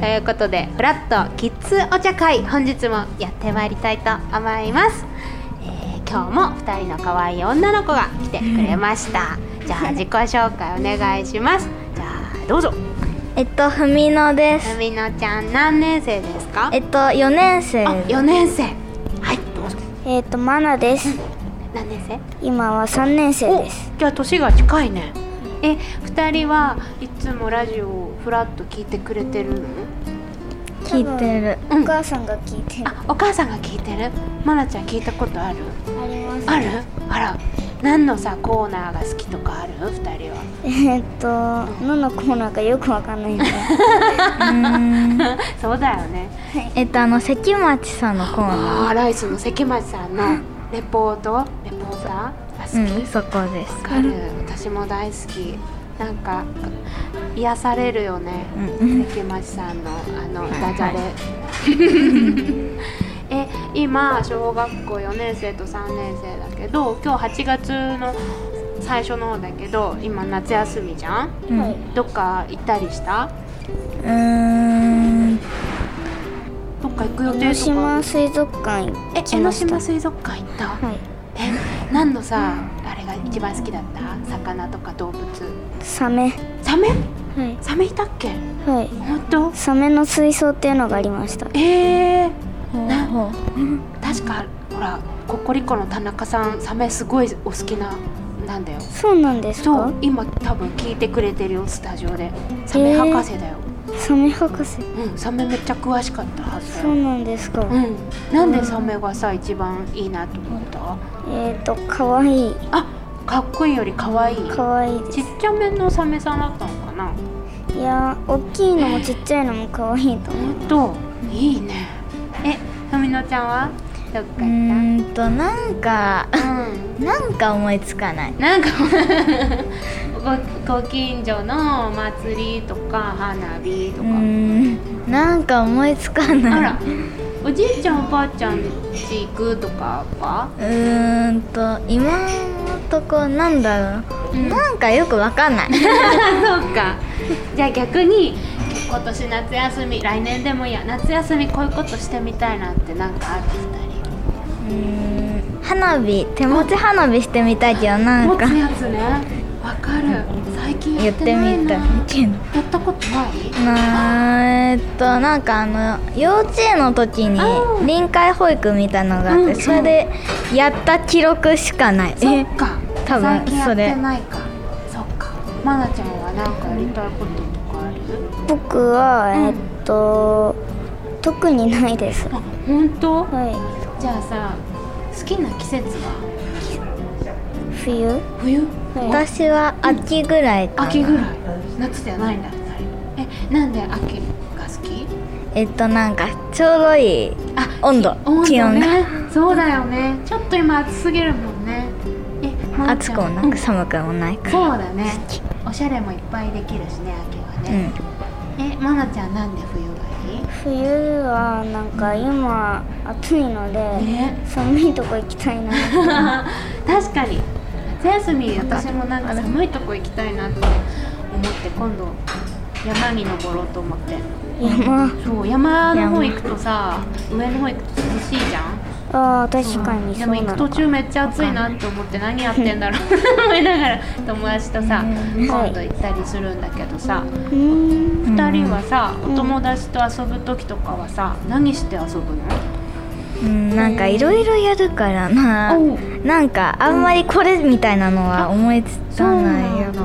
ということでフラットキッズお茶会本日もやってまいりたいと思います、えー今日も2人の可愛い女の子が来てくれま したじゃあ自己紹介お願いしますじゃあどうぞえっと、ふみのです。みのちゃん何年生ですかえっと、4年生。あ四年生はいどうぞえっと、まなです。何年生今は3年生おです。じゃあ年が近いねえ二人はいつもラジオをふらっと聞いてくれてるの聞いてる。うんお母さんが聞いてる。あお母さんが聞いてるまなちゃん聞いたことあるあります。あるあら何のさコーナーが好きとかある二人はえっと、何のコーナーかよくわかんないんで。 そうだよねえっと、あの、関町さんのコーナあーライスの関町さんのレポートレポーターが好き、ー。うん、そこですわ。かる、私も大好きなんか癒されるよね、関町さんのあのダジャレ、 え今小学校4年生と3年生だけど今日8月の最初の方だけど今夏休みじゃんうん、うどっか行ったりしたーん。どっか行く予江定ノとか島水族館行えき江ノました島水族館行った、はいえ何のさあれが一番好きだった魚とか動物サメサメはいサメいたっけはい本当サメの水槽っていうのがありましたえー、ほうなほう。確かほらココリコの田中さんサメすごいお好きななんだよそうなんですそかう今多分聞いてくれてるよスタジオでサメ博士だよ、サメ博士うんサメめっちゃ詳しかったはずだそうよなんですかうんなんでサメがさ一番いいなと思ったえっと可愛いあかっこいいよりかわいい可愛いでちっちゃめのサメさんだったのかなすいやー大きいのもちっちゃいのも可愛いと思うほんといいねえふみのちゃんはどっうか行っーんと、なんか、 たうんなんか思いつかない。なんかごご近所のお祭りとか花火とうか、ーん。なんか思いつかない。あらおじいちゃんおばあちゃん家行くとかはうーんと今のとこなんだろう、うんなんかよくわかんないそうかじゃあ逆に今年夏休み来年でもいいや夏休みこういうことしてみたいなってなんかある花火手持ち花火してみたいけどな二ん人持かつやつねわかる最近や言っっててないみなたいけどやったことないなーえっとなんかあの幼稚園の時にあー臨海保育みたいのがあって、うんうんそれでやった記録しかないそっか多分最近やっそれてないかそっかまなちゃんはなんかやりたいこととかある僕はうんえっと特にないですあ本当はじゃあさ好きな季節はい冬冬はい私は秋ぐらいかな秋ぐらい夏じゃないんだ二人えなんで秋が好きえっとなんかちょうどいいあ温度温気度温がねそうだよねちょっと今暑すぎるもんねえまな暑ちゃんくもなうんく寒くもないから、そうだねおしゃれもいっぱいできるしね秋はうんね、えまなちゃんなんで冬がいい冬はなんか今暑いのでね寒いとこ行きたい な 確かに夏休み私もなんか寒いとこ行きたいなって思って今度山に登ろうと思って山そう山の方行くとさ上の方行くと涼しいじゃんああ確かにでそもうな行くの途か中めっちゃ暑いなって思って何やってんだろうと 思いながら友達とさうん今度行ったりするんだけどさうーん2人はさお友達と遊ぶ時とかはさ何して遊ぶのうん、なんかいろいろやるからな、おうなんかあんまりこれみたいなのは思いつかないよ、だ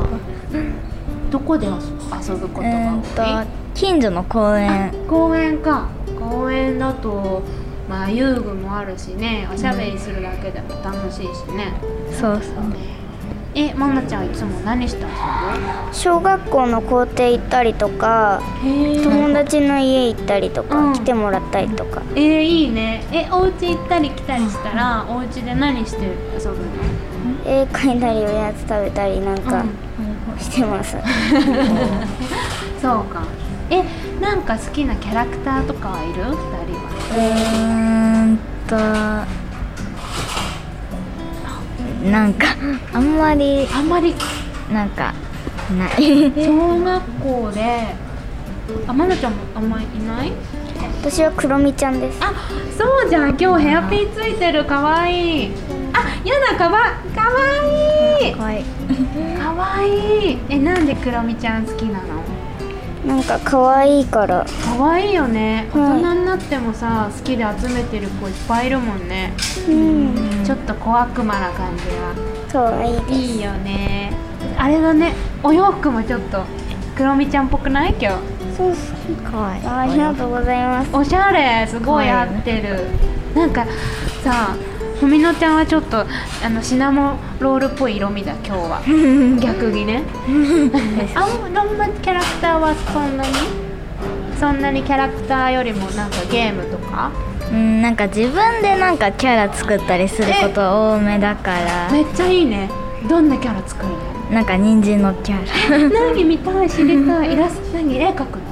どこで遊ぶこうとがーん多いと近所の公園公園か公園だとまあ遊具もあるしねおしゃべりするだけでも楽しいしね、そうそうえまなちゃんいつも何して遊ぶ小学校の校庭行ったりとかへ友達の家行ったりとか、うん来てもらったりとかえー、いいねえお家行ったり来たりしたらお家で何して遊ぶの絵描いたりおやつ食べたりなんうかんしてます、そうかえなんか好きなキャラクターとかはいる2人はうーんとなんかあんまりあんまりなんかない小学校であまなちゃんもあんまりいない私はクロミちゃんですあそうじゃん今日ヘアピンついてるかわいいあやだかわかわいいかわいいかわいいえなんでクロミちゃん好きなのなんか可愛いからかわいいよねうん大人になってもさ好きで集めてる子いっぱいいるもんねうんちょっと小悪魔な感じが可愛いですいいよねあれだねお洋服もちょっとクロミちゃんっぽくない今日そうそうかわいいあありがとうございますおしゃれすごい合ってる、なんかさふみのちゃんはちょっとあのシナモロールっぽい色味だ今日 は逆に ねあんあんまキャラクターはそんなにそんなにキャラクターよりもなんかゲームとかうんなんか自分でなんかキャラ作ったりすること多めだからめっちゃいいねどんなキャラ作るのなんか人参のキャ 何見たい知りたいイラスト何絵描くの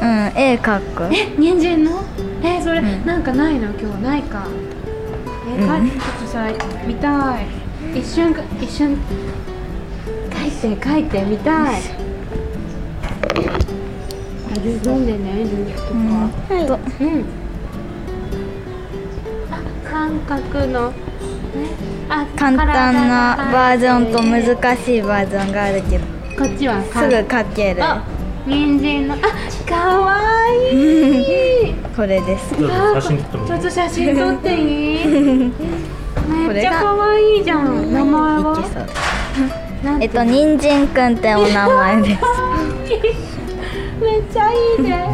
ラうん絵描くえ人参のえそれ、うんなんかないの今日ないかえ、うんかちょっとさ見たい一瞬か一瞬書いて書いて見たいあじ飲んでねジュースとかはいうん、あ三角のねあ簡単なバージョンと体が難しいバージョンがあるけどこっちはすぐ描けるあ人参のあかわ いいこれですちょっと写真撮ってちょもらっってと写真撮って いいめっちゃ可愛いじゃん名前いけはそうなんえてっと人参くんってお名前 です めっちゃいいね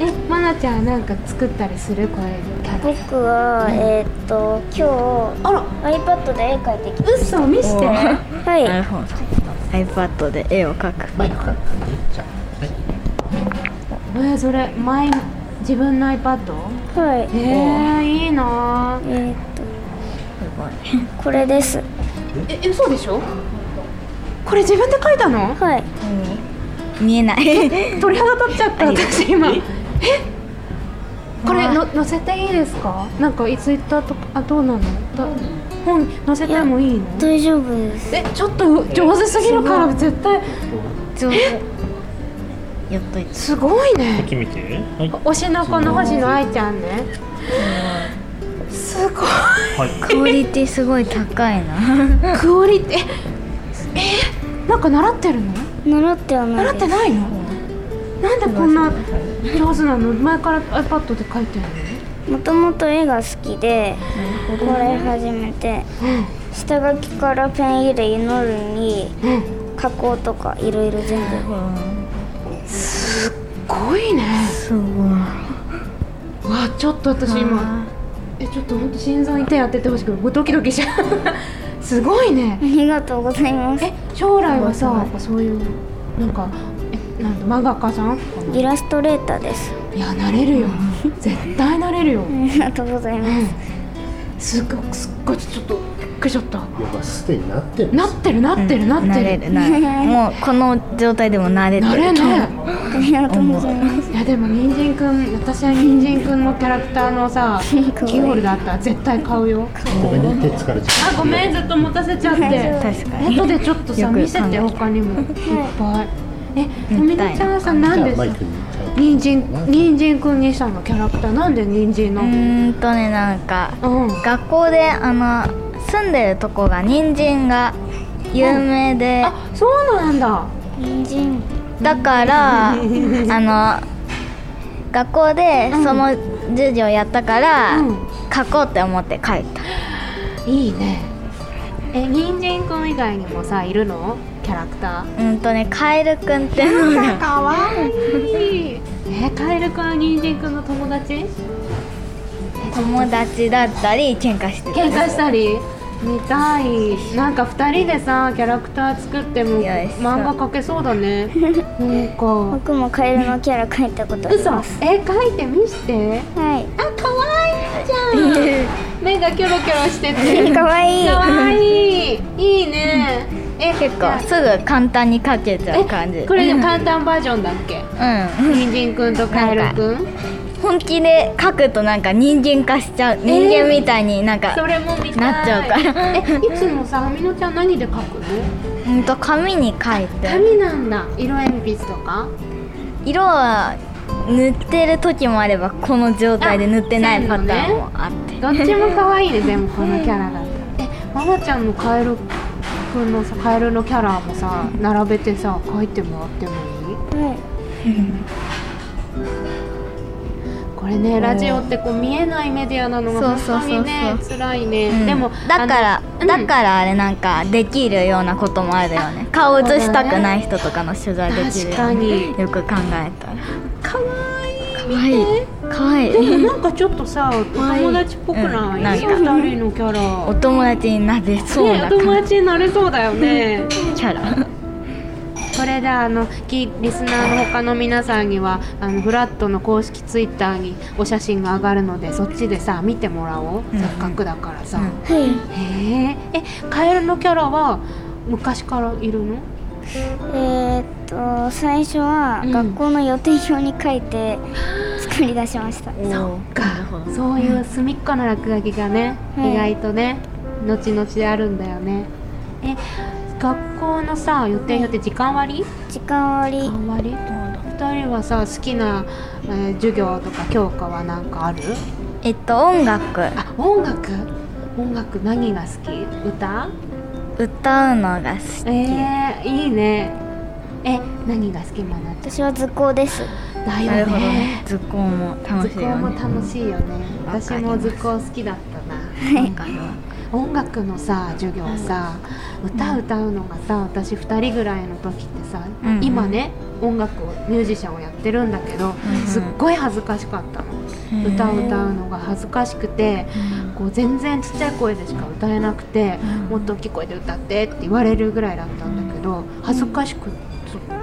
えまなちゃんなんか作ったりするこれキャラ僕は、えーっと今あら日 iPad で絵描いてき嘘見しておーたはいなるほど iPad で絵を描くマイクからじゃえそれ前自分の iPad はいえー、いいなえーっすごいとこれですええ嘘でしょこれ自分で書いたのはい見えない鳥肌立っちゃったあり私今えこれの載せていいですかなんかツイッターとかあどうなのだ本載せてもいいの大丈夫ですえちょっと上手すぎるから絶対上手 やっといてすごいあこねっち見てはい推しの子の星野愛ちゃんねすごいはいクオリティすごい高いなクオリティええなんか習ってるの習ってはな習いっでてすないのなんでこんな上手なの前から iPad で書いてるもともと絵が好きでこれ始めて下書きからペン入れ祈るにのうん加工とかいろいろ全部すごいねすごいわあちょっと私今えちょっと本当心臓に手当ててほしくてドキドキしちゃう すごいねありがとうございますえ将来はさやっぱそういうなんかえなんだ漫画家さんイラストレーターですいやなれるよ絶対なれるよありがとうございますすっごいすっごいちょっとびっくりしちゃったやっぱすでになってるなってるなってるなっ慣てれる るなれるもうこの状態でも慣れてなるれないありがとうございますいやでも人参くん私は人参くんのキャラクターの さキかわいいーホルダーあったら絶対買うよごめんね手疲れちゃあごめんずっと持たせちゃって 確かに後でちょっとよさく見せ考えてた他にもいっぱいえ見みたいななちゃんはさうなんじゃであさマイクに行っちゃう人参人参くんにしたのキャラクターなんで人参うのーんとねなんかうん学校であの住んでるとこが人参が有名で、あそうなんだ人参だから あの学校でその授業やったから、うん書こうって思って書いたいいねえ人参くん以外にもさいるのキャラクターうんとねカエルくんっていうの がかわいいえカエルくんは人参くんの友達友達だったり喧嘩してた喧嘩したり見たいなんか2人でさキャラクター作ってもいやそう漫画描けそう だねなんか僕もカエルのキャラ描いたことあり嘘ますえ描いてみしてはいあ可愛い じゃん目がキョロキョロしててかわいい可愛いいいねえ結構すぐ簡単に書けちゃう感じえこれでも簡単バージョンだっけうん人参くんとカエルくん本気で書くとなんか人間化しちゃう人間みたいになんか、それも見たいなっちゃうからえいつもさみのちゃん何で描くのうんと紙に書いて紙なんだ色鉛筆とか色は塗ってる時もあればこの状態で塗ってないパターンもあってどっちも可愛いねでもこのキャラだったらえママちゃんのカエルくんのさカエルのキャラもさ並べてさ書いてもらってもいいはいこれねラジオってこう見えないメディアなのがそう本当そうそうそうにね辛いね、うんでもだからあのうんだからあれなんかできるようなこともあるよね顔映したくない人とかの取材できる確よかねによく考えたら可愛いかわいいかわいでもいなんかちょっとさお友達っぽくない、うんなんか2人のキャおラ友達になれそうねなお友感じ達になれそうだよねキャラこれであのきリスナーの他の皆さんにはあのフラットの公式ツイッターにお写真が上がるのでそっちでさ見てもらおう、うんせっかくだからさ、うはいへええカエルのキャラは昔からいるのえーっと最初はうん学校の予定表に書 いて作り出しました、 そそういう隅っこの落書きがね、うん意外とね後々であるんだよねえ学校のさ予定表って時間割、時間割時り間割2人はさ好きな、えー授業とか教科は何かあるえっと音楽あ音楽音楽何が好き歌歌うのが好きえー、いいねえ何が好きマナち私は図工ですゃんだなるよほどね図工も楽しい図工よもね楽しいよねわかります私も図工好きだったなわかるわ音楽のさ授業さ、歌歌うのがさ私2人ぐらいの時ってさ、うんうん今ね音楽をミュージシャンをやってるんだけど、うんうんすっごい恥ずかしかったの、歌を歌うのが恥ずかしくて、こう全然ちっちゃい声でしか歌えなくて、もっと大きい声で歌ってって言われるぐらいだったんだけど恥ずかしく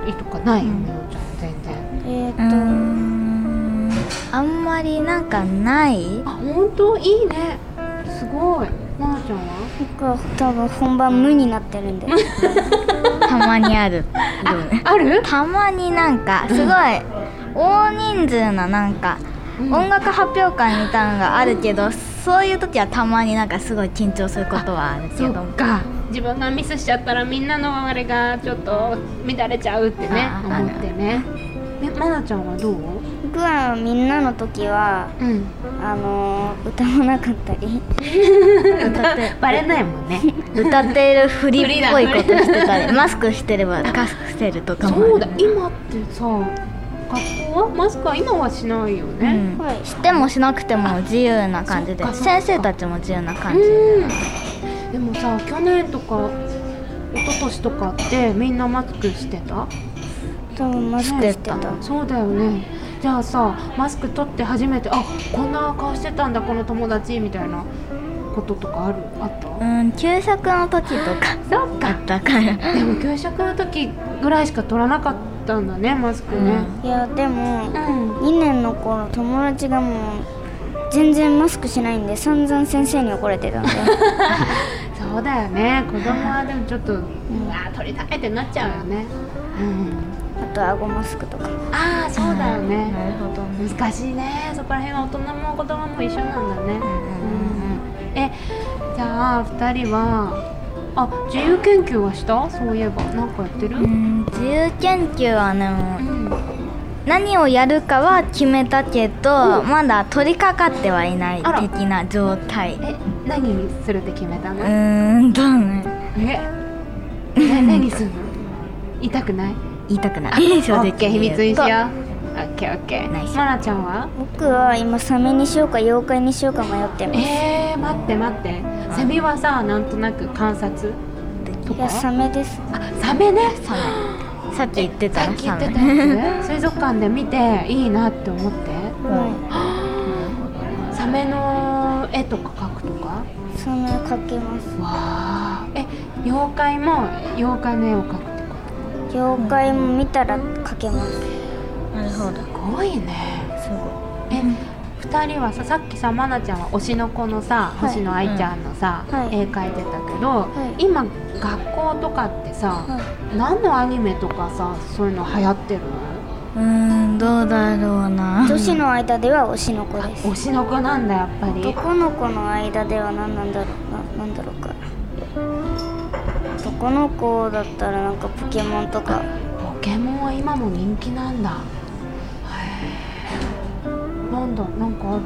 いとかないよね、おちゃん全然えーっうと、ーんあんまりなんかないあ本当いいねすごいまなちゃんは僕は多分本番無になってるんでたまにあるよねあるたまになんかすごい大人数のなんかうん音楽発表会みたいなのがあるけどそういう時はたまになんかすごい緊張することはあるけそどっか自分がミスしちゃったらみんなのあれがちょっと乱れちゃうってねあー思ってねえまなちゃんはどう僕はみんなの時はうんあのー歌わなかったり歌ってバレないもんね歌ってる振りっぽい振ことりだしてた りマスクしてればカスしてるとかもあるそうだ今ってさ学校はマスクは今はしないようねんはいしてもしなくても自由な感じでそっかそっか先生たちも自由なう感じんでもさ去年とか一昨年とかってみんなマスクしてた多分マスクしてたそうだよねじゃあさマスク取って初めてあこんな顔してたんだこの友達みたいなこととかあるあった、うん給食の時とかそっだったからでも給食の時ぐらいしか取らなかったんだねマスクね。いやでもうん。 2年の頃友達がもう全然マスクしないんで散々先生に怒られてたん でそうだよね。子供はでもちょっと、うわー取りたいってなっちゃうよね。うん。あと顎マスクとかああそうだよね。なるほどね難しいね。そこら辺は大人も子供も一緒なんだね。うんうん。え、じゃあ二人は。あ、自由研究はしたそういえばなんかやってる、うーん自由研究はねもううん何をやるかは決めたけど、まだ取り掛かってはいないあら的な状態え、何にするって決めたうの、ーんとねえ、な何するの痛くない言いたくない正オ直ッケー秘密にしよう言うオッケーオッケー内緒マナちゃんは僕は今サメにしようか妖怪にしようか迷ってますえー、待って待ってセミはさなんとなく観察といかやサメですあサメねとサメさっき言ってたさっらき言サってメたやつ水族館で見ていいなって思ってはサメの絵とか描くとかいサメかけますわあえ妖怪も妖怪の絵を描くとか妖怪も見たらかけますなるほどすごいねすごえ二人はささっきさまなちゃんは推しの子のさ、はい星野愛ちゃんのさ、はい絵描いてたけど、はい今学校とかってさ、はい何のアニメとかさそういうの流行ってるのいうーんどうだろうな女子の間では推しの子です推しの子なんだやっぱり男の子の間では何なんだろうな何だろうか男の子だったらなんかポケモンとかポケモンは今も人気なんだなんだなんかある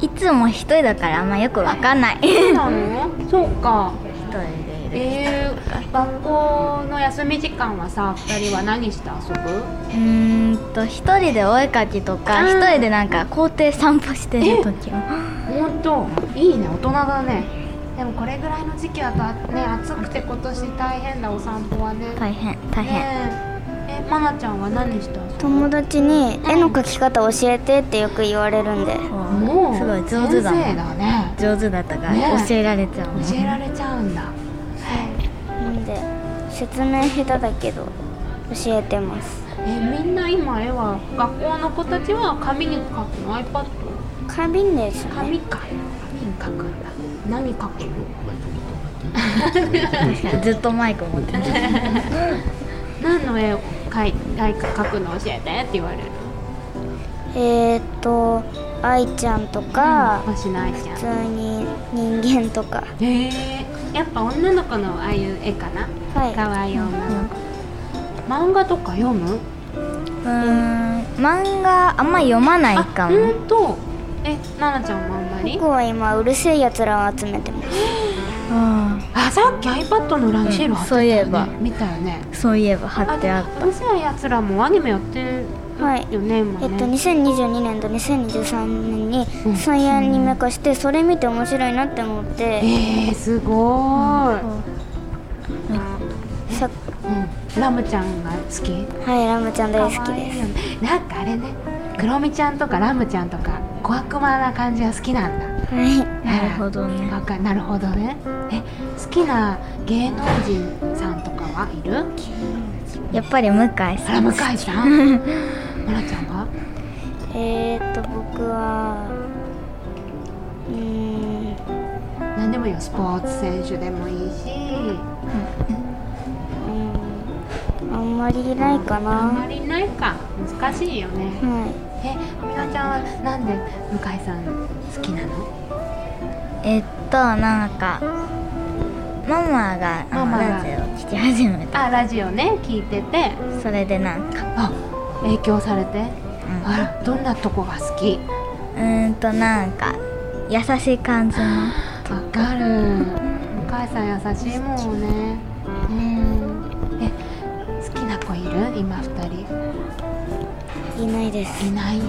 いつも一人だからあんまよくわかんない一そうなのそうか人でいるえー、学校の休み時間はさ二人は何して遊ぶうーんと一人でお絵かきとうかん一人でなんか校庭散歩してる時も本当いいね大人だねでもこれぐらいの時期だとね暑くて今年大変だお散歩はね大変大変、ねええまなちゃんは何して遊ぶ友達に絵の描き方教えてってよく言われるんでそうすごい上手だも先生んだね上手だったからね教えられちゃうもん教えられちゃうんだはいなんで説明下手だけど教えてますえみんな今絵は学校の子たちは紙に描くの iPad 紙ですね紙か紙に描くんだ何描くの確か にずっとマイク持 ってる何の絵を描い描くの教えてって言われるえー、っと愛ちゃんとか、星野愛ちゃん普通に人間とかへえやっぱ女の子のああいう絵かなはい可愛い女の子、漫画とか読むうーん漫画あんま読まないかもほんとえ奈々ちゃんもあんまり僕は今うるせえやつらを集めてますああさっき iPad の裏にシール貼ってうんそたよ、ねういえば見たよねーそういえば貼ってあっうるせえやつらもアニメやってるはいよね今えね、っと、2022年と2023年に再アニメ化してそれ見て面白いなって思ってえー、すごーい、さうんラムちゃんが好きはいラムちゃん大好き可愛でいすよねなんかあれねクロミちゃんとかラムちゃんとか小悪魔な感じが好きなんだはなるほどねわかなるほどねえ好きな芸能人さんとかはいるやっぱり向井あさらん向井さ んまなちゃんはいえー、っと僕はうーん何でもいいよスポーツ選手でもいいしうんあんまりいないかあんなまりないか難しいよねはえみなちゃんはなんで向井さん好きなのえっとなんかママがあママのがラジオ聞き始めたあラジオね聞いててそれでなんかあ影響されて、んあらどんなとこが好きうーんとなんか優しい感じのわかる。お母さん優しいもんね。うん。え、好きな子いる？今二人いいないですいない。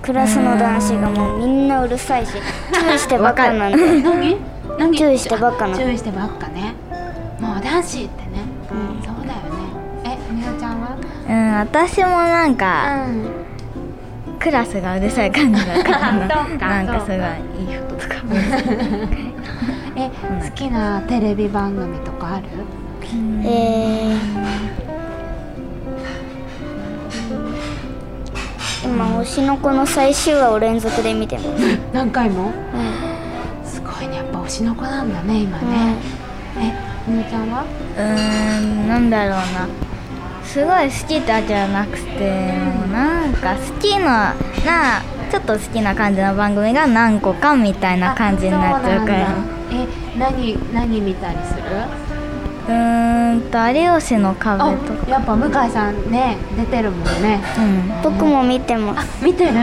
クラスの男子がもうみんなうるさいし注意してばっかなんで何？何？注意してばっかなあ注意してばっかね。もう男子ってね。そうだよね。え、みなちゃんは？うん私もなんかうん。クラスがうるさい感じだから なそうかなんかそうすごいいい服とかえ、好きなテレビ番組とかある？えー、今「推しの子」の最終話を連続で見てます何回も？はすごいね。やっぱ推しの子なんだね今いね。え、みなちゃんは？うーんなんだろうなすごい好きってわけじゃなくてもうなんか好きななちょっと好きな感じの番組が何個かみたいな感じになっちゃうからあそうなんだえ、何何見たりする？うーんと有吉のあ壁とか、やっぱ向井さんね出てるもんねうん、僕も見てますあ 見てる、わ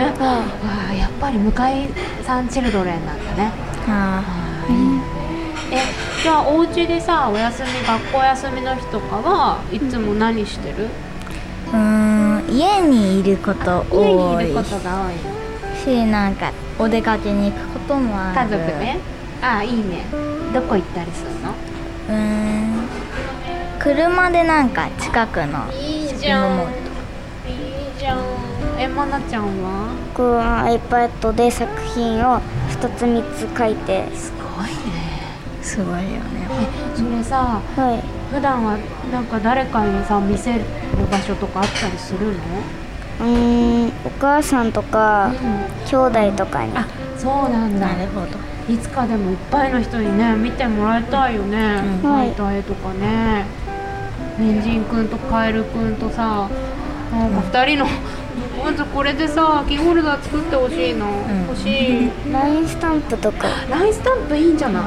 あやっぱり向井さんチルドレンなんだねああーいいねえじゃあお家でさお休み学校休みの日とかはいつも何してる、ーうーん家にいること多家にいいることが多いしなんかお出かけに行くこともある家族ねああいいねどこ行ったりするのうーん車でなんか近くのいいじゃんいいじゃんえまなちゃんは僕は iPad で作品を2つ3つ書いてすごいねすごいよねえそれさはい普段はなんか誰かにさ見せる場所とかあったりするの、うーんお母さんとか兄弟とかにあそうなんだなるほどいつかでもいっぱいの人にね見てもらいたいよねうん描いた絵とかね人参くんとカエルくんとさなんか2人のまずこれでさキーホルダー作ってほしいの、ん欲しい LINE スタンプとかラインスタンプいいんじゃない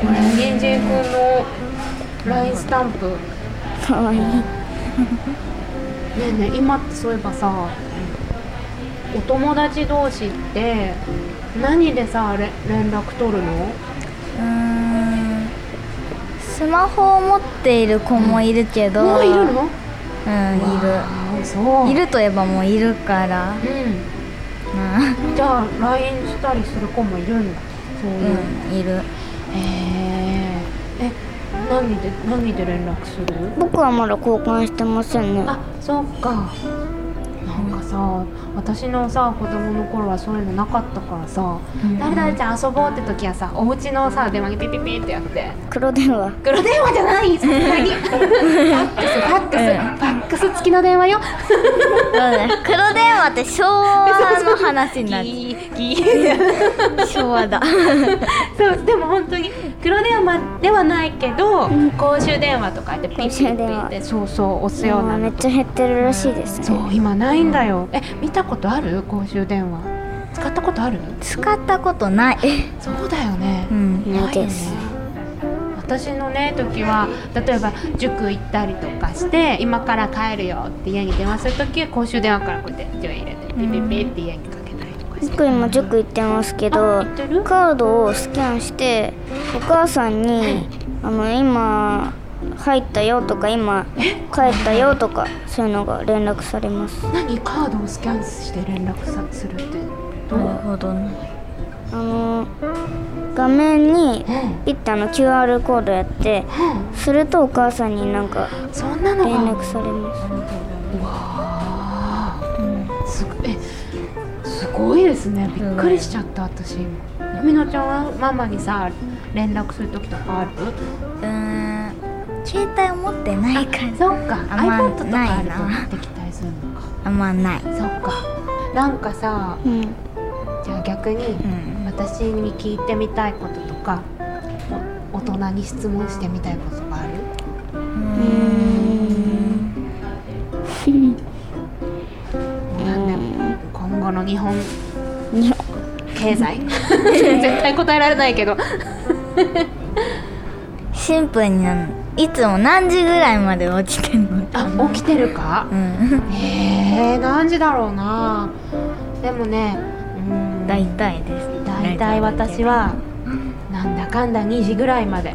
これ人参くんのラインスタンプねかわいいえねえ今ってそういえばさお友達同士って何でされ連絡取るうのーんスマホを持っている子もいるけど、もういるのうんいるあーそういるといえばもういるからうまあんじゃあ LINE したりする子もいるんだそういう、うんいるへええ何で何で連絡する僕はまだ交換してませんねあそっかなんかさ私のさ子供の頃はそういうのなかったからさ「誰々ちゃん遊ぼう」って時はさお家のさ電話にピピピってやって黒電話黒電話じゃないさすがにファックスファックスファックス付きの電話よそうだ ね黒電話って昭和の話になるギー ギー昭和だそうでも本当に黒電話ではないけど、公衆電話とかでピッピ公衆ッ電ピって話そうそう押すよう今なめのっちゃ減ってるらしいですそねう今ないんだよ、え見たことある公衆電話使ったことある使ったことないそうだよね、うんないです私のね時は例えば塾行ったりとかして今から帰るよって家に電話する時は公衆電話からこうやって手を入れてピピピって家にかけたりとかして、僕今塾行ってますけあど行ってるカードをスキャンしてお母さんに「あの今入ったよ」とか「今帰ったよ」とかそういうのが連絡されます何カードをスキャンして連絡さするってなるほどねあの画面にピッてあの QR コードやってするとお母さんになんかそんなの連が絡されますすごえすごいですねびっくりしちゃった私今みのちゃんはママにさ連絡する時とかあるうーん携帯を持ってないからそっかあんま iPad とかあるないなとできたりするのかあんまないそっかなんかさうんじゃあ逆にうん私に聞いてみたいこととかお大人に質問してみたいこととかあるなんで今後の日本日本経済 絶対答えられないけどシンプルになるいつも何時ぐらいまで落ちてんのあ起きてるかうんえー、何時だろうなでもねうん大体です大体私はなんだかんだ2時ぐらいまで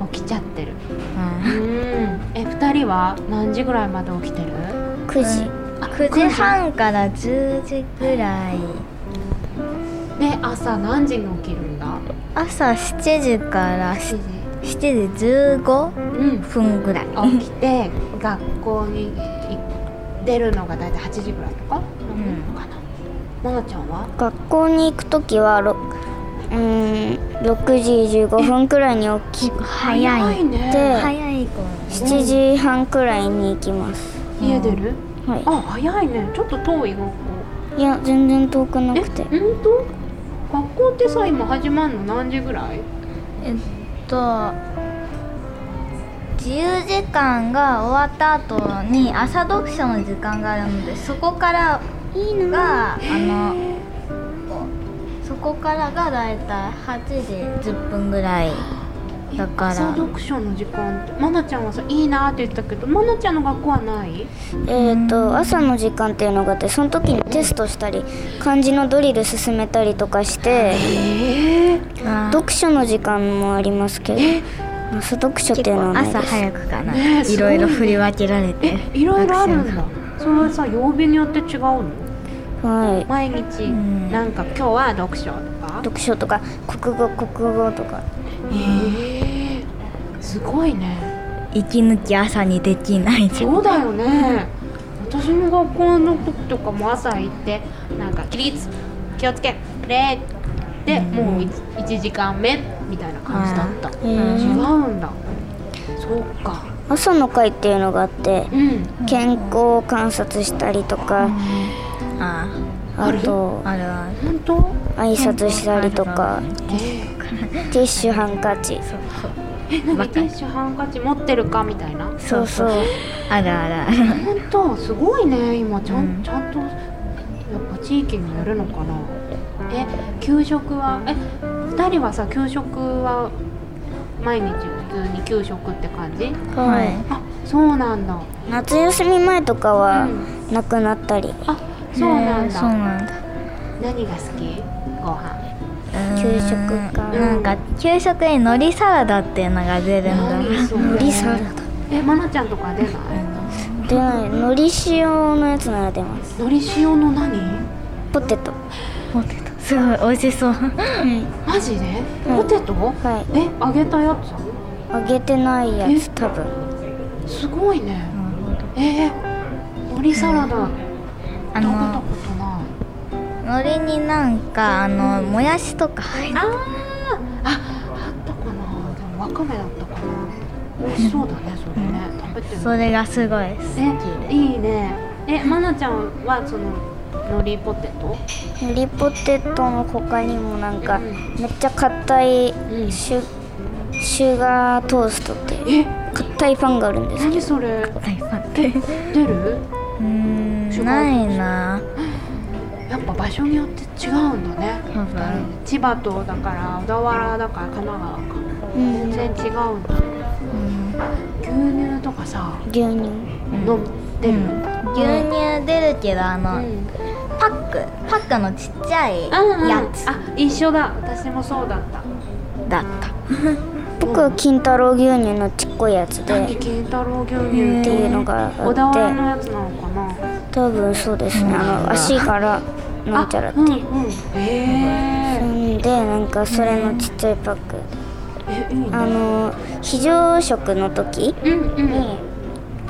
うん起きちゃってるうんうんえ二人は何時ぐらいまで起きてる9時9時半から10時ぐらいで朝何時に起きるんだ朝7時から7 7時時15うん分ぐらい起きて学校に出るのが大体8時ぐらいとか、んかなまなちゃんは学校に行く時はろうーん6時15分くらいに起き早いね早い子7時半くらいに行きます家出る、はいあ早いねちょっと遠い学校いや全然遠くなえくて本当学校ってさ今始まるの何時ぐらいえっと自由時間が終わった後に朝読書の時間があるのでそこからがあのそこからがだいたい8時10分ぐらいだから朝読書の時間ってまなちゃんはさいいなって言ったけどまなちゃんの学校はないえっ、と朝の時間っていうのがあってその時にテストしたり漢字のドリル進めたりとかしてええあー読書の時間もありますけど朝読書っていうのはないです朝早くかな、ねえいろいろ振り分けられていろいろあるんだそれはさ曜日によって違うのはい毎日んなんか今日は読書とか読書とか国語国語とかええすごいね息抜き朝にできないじゃんそうだよね私の学校の時とかも朝行ってなんか「起立気をつけ礼」でもう 1, 時間目みたいな感じだった、違うんだそうか朝の会っていうのがあってうん健康観察したりとかああとーあるある本当挨拶したりとかえティッシュハンカチえ何ティッシュハンカチ持ってるかみたいなそうそうあるあるある本当すごいね今ちゃん,、うんちゃんとやっぱ地域によるのかなえ給食はえ二人はさ給食は毎日普通に給食って感じはいあそうなんだ夏休み前とかはうんなくなったりあそうなんそうだなんだ何が好きご飯うーん給食かなんか給食に海苔サラダっていうのが出るんだ何それ海苔サラダえまなちゃんとか出ない出ないのり塩のやつなら出ます海苔塩の何ポテトポテトすごい美味しそうマジでうんポテトはえ揚げたや揚げてないやつ多分つすごいねえー海苔サラダあ食べたのことない海苔になんかあのもやしとか入ってあーああったかなでもわかめだったかな美味しそうだねそれね食べてみそれがすごい好きえでいいねえまなちゃんはその海苔ポテトのりポテトの他にもなんかうんめっちゃ硬いんシュシュガートーストっていうえ硬いパンがあるんです何それ大ファンでう出るーんないなやっぱ場所によって違うんだね多分千葉とだから小田原だから神奈川かう全ん然違うんだうん牛乳とかさ牛乳飲んでる牛乳出るけどあうのんパックパックのちっちゃいうんうんやつあ一緒だ私もそうだっただった僕は金太郎牛乳のちっこいやつで何金太郎牛乳ってっていうのが小田原のあっやつなのかなて多分そうですねあの足からなんちゃらってあうんうんへんでなんかそれのちっちゃいパックーえいいねあの非常食の時うんうんに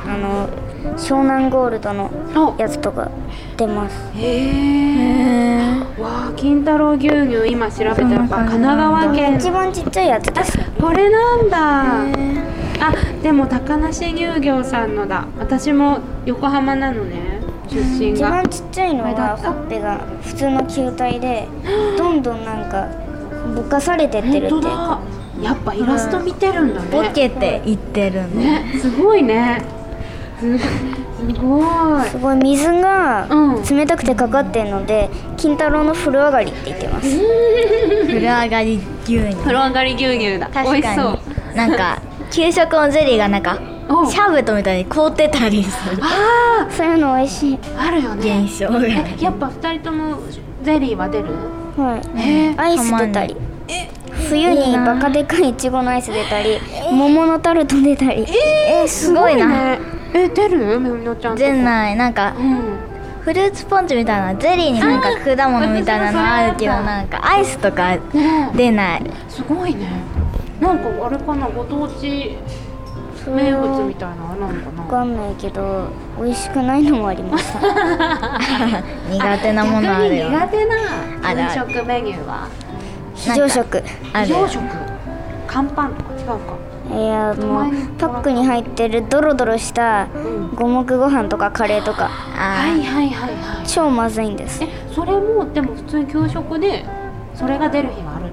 あの湘南ゴールドのあやつとか出ますへえわあ金太郎牛乳今調べたらやっぱ神奈川県一番ちっちゃいやつですこれなんだあでも高梨乳業さんのだ私も横浜なのね出身一が番ちっちゃいのこれだはったほっぺが普通の球 体でどんどんなんかぼかされてってるっ本てい当うかだやっぱイラスト見てるんだねボケていってるんだねすごいねすすごいすごい水がうん冷たくてかかってるので金太郎の風呂上がりって言ってます風呂上がり牛乳風呂上がり牛乳だ美確味しそかうになんか給食のゼリーがなんかおシャーベットみたいに凍ってたりするあそういうの美味しいああるよね現象がえやっぱ二人ともゼリーは出るはいへえアイス出たり冬にバカでかいイチゴのアイス出たり桃のタルト出たりえー、すごいなねえ出るめみのちゃんとこ全ないなんかうんフルーツポンチみたいなゼリーになんか果物みたいなのあるけど私もそれなんかアイスとかねえ出ないすごいねなんかあれかなご当地名物みたいなのあるのかなわかんないけど美味しくないのもあり ました苦手なものあるよ逆に苦あ手るなある飲食メニューは非常食あ非るよ常食乾パンとか違うかいやもうパックに入ってるドロドロしたん五目ご飯とかカレーとかはあいはいはいはい超まずいんですえそれもでも普通に給食でそれが出る日がある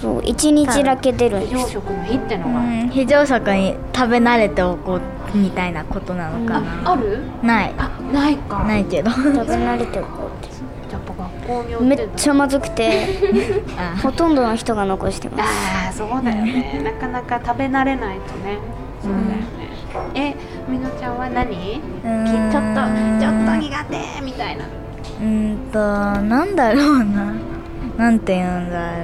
そう一日だけ出るん非で常す食の日ってのーが、うん非常食に食べ慣れておこうみたいなことなのかなああるないあないかないけど食べ慣れておこうっやっぱ学校によてっめてっちゃまずくて あほとんどの人が残してますああそうだよねなかなか食べ慣れないとねそうだよね、えみのちゃんは何きちょっとちょっと苦手みたいなうーんとなんだろうななんて言うんだろ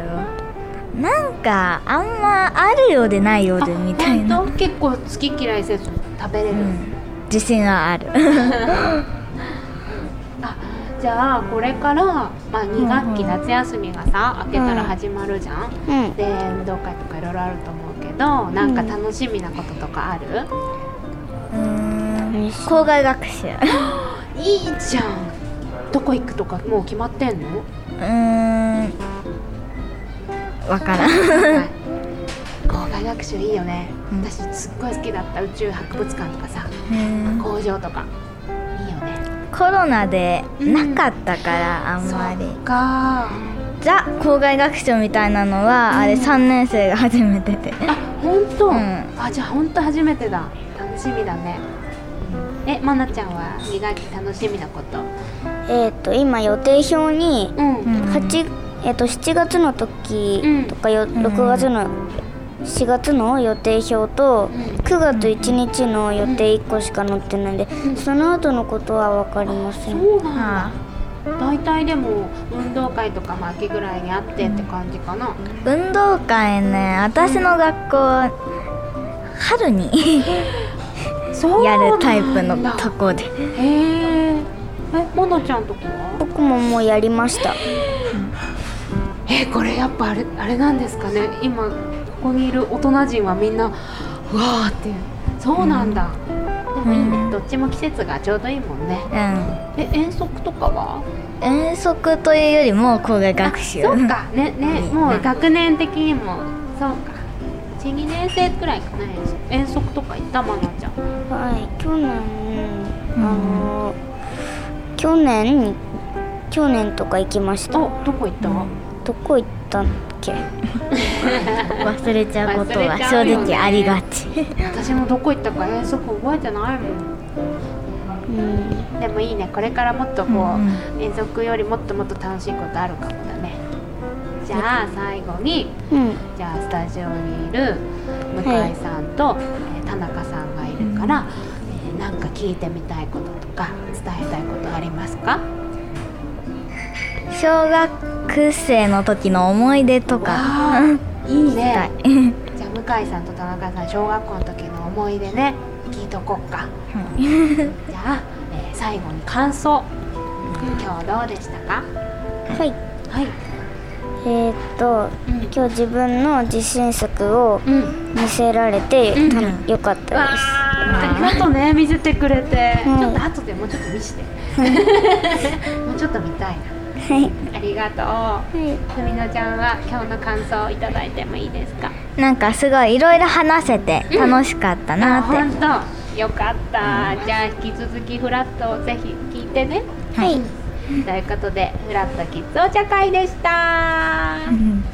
うなんかあんまあるようでないようでみたいあな、ほんと結構好き嫌いせず食べれうる、ん、自信は あるあじゃあこれから、まあ、2学期うんうん夏休みがさ明けたら始まるじゃん、うんで運動会とかいろいろあると思うけどなんか楽しみなこととかある、うーん校外学習ういいじゃんどこ行くとかもう決まってんのーんわからん校外学習いいよね、私すっごい好きだった宇宙博物館とかさうん工場とかいいよねコロナでなかったからあんまり、かザ校外学習みたいなのは、あれ3年生が初めてであ本当、うんあじゃあ本当初めてだ楽しみだねえまなちゃんは2学期楽しみなことえっ、と今予定表にうん、うん八えっ、と7月の時とかよ、ん6月の4月の予定表と9月1日の予定1個しか載ってないんでその後のことは分かりませんそうなあんだ大体でも運動会とかも秋ぐらいにあってって感じかな運動会ね私の学校春にそうやなんるだタイプのとこでへええモノちゃんとこは僕ももうやりましたえこれやっぱあれあれなんですかね今ここにいる大人人はみんなうわーっていうそうなんだ、でもいいねどっちも季節がちょうどいいもんねうんえ遠足とかは遠足というよりも校外学習そうかねねうんもう学年的にもそうか12年生くらいかな遠足遠足とか行ったまなちゃんはい去年うんあの去年去年とか行きましたおどこ行った、どこ行ったっけ忘れちゃうこと忘はれちゃう正よね直ありがち私もどこ行ったか遠足覚えてないもんうんでもいいねこれからもっとこうう、ん遠足よりもっともっと楽しいことあるかもだねじゃあ最後にうんじゃあスタジオにいる向井さんと、えー田中さんがいるから、えーなんか聞いてみたいこととか伝えたいことありますか小学生の時の思い出とかわあいいたねい じゃあ向井さんと田中さん小学校の時の思い出ね聞いとこっか、じゃあ、えー最後に感想今日どうでしたかはいはいえーっとうん今日自分の自信作をうん見せられて、うんたのよかったわですあありがとうね見せてくれて、うんちょっと後でもうちょっと見 してもうちょっと見たいはいなありがとはい、うふみのちゃんは今日の感想をいただいてもいいですかなんかすごいいろいろ話せて楽しかったなって、本当よかった、じゃあ引き続きフラットをぜひ聞いてねはいということでフラットキッズお茶会でしたうん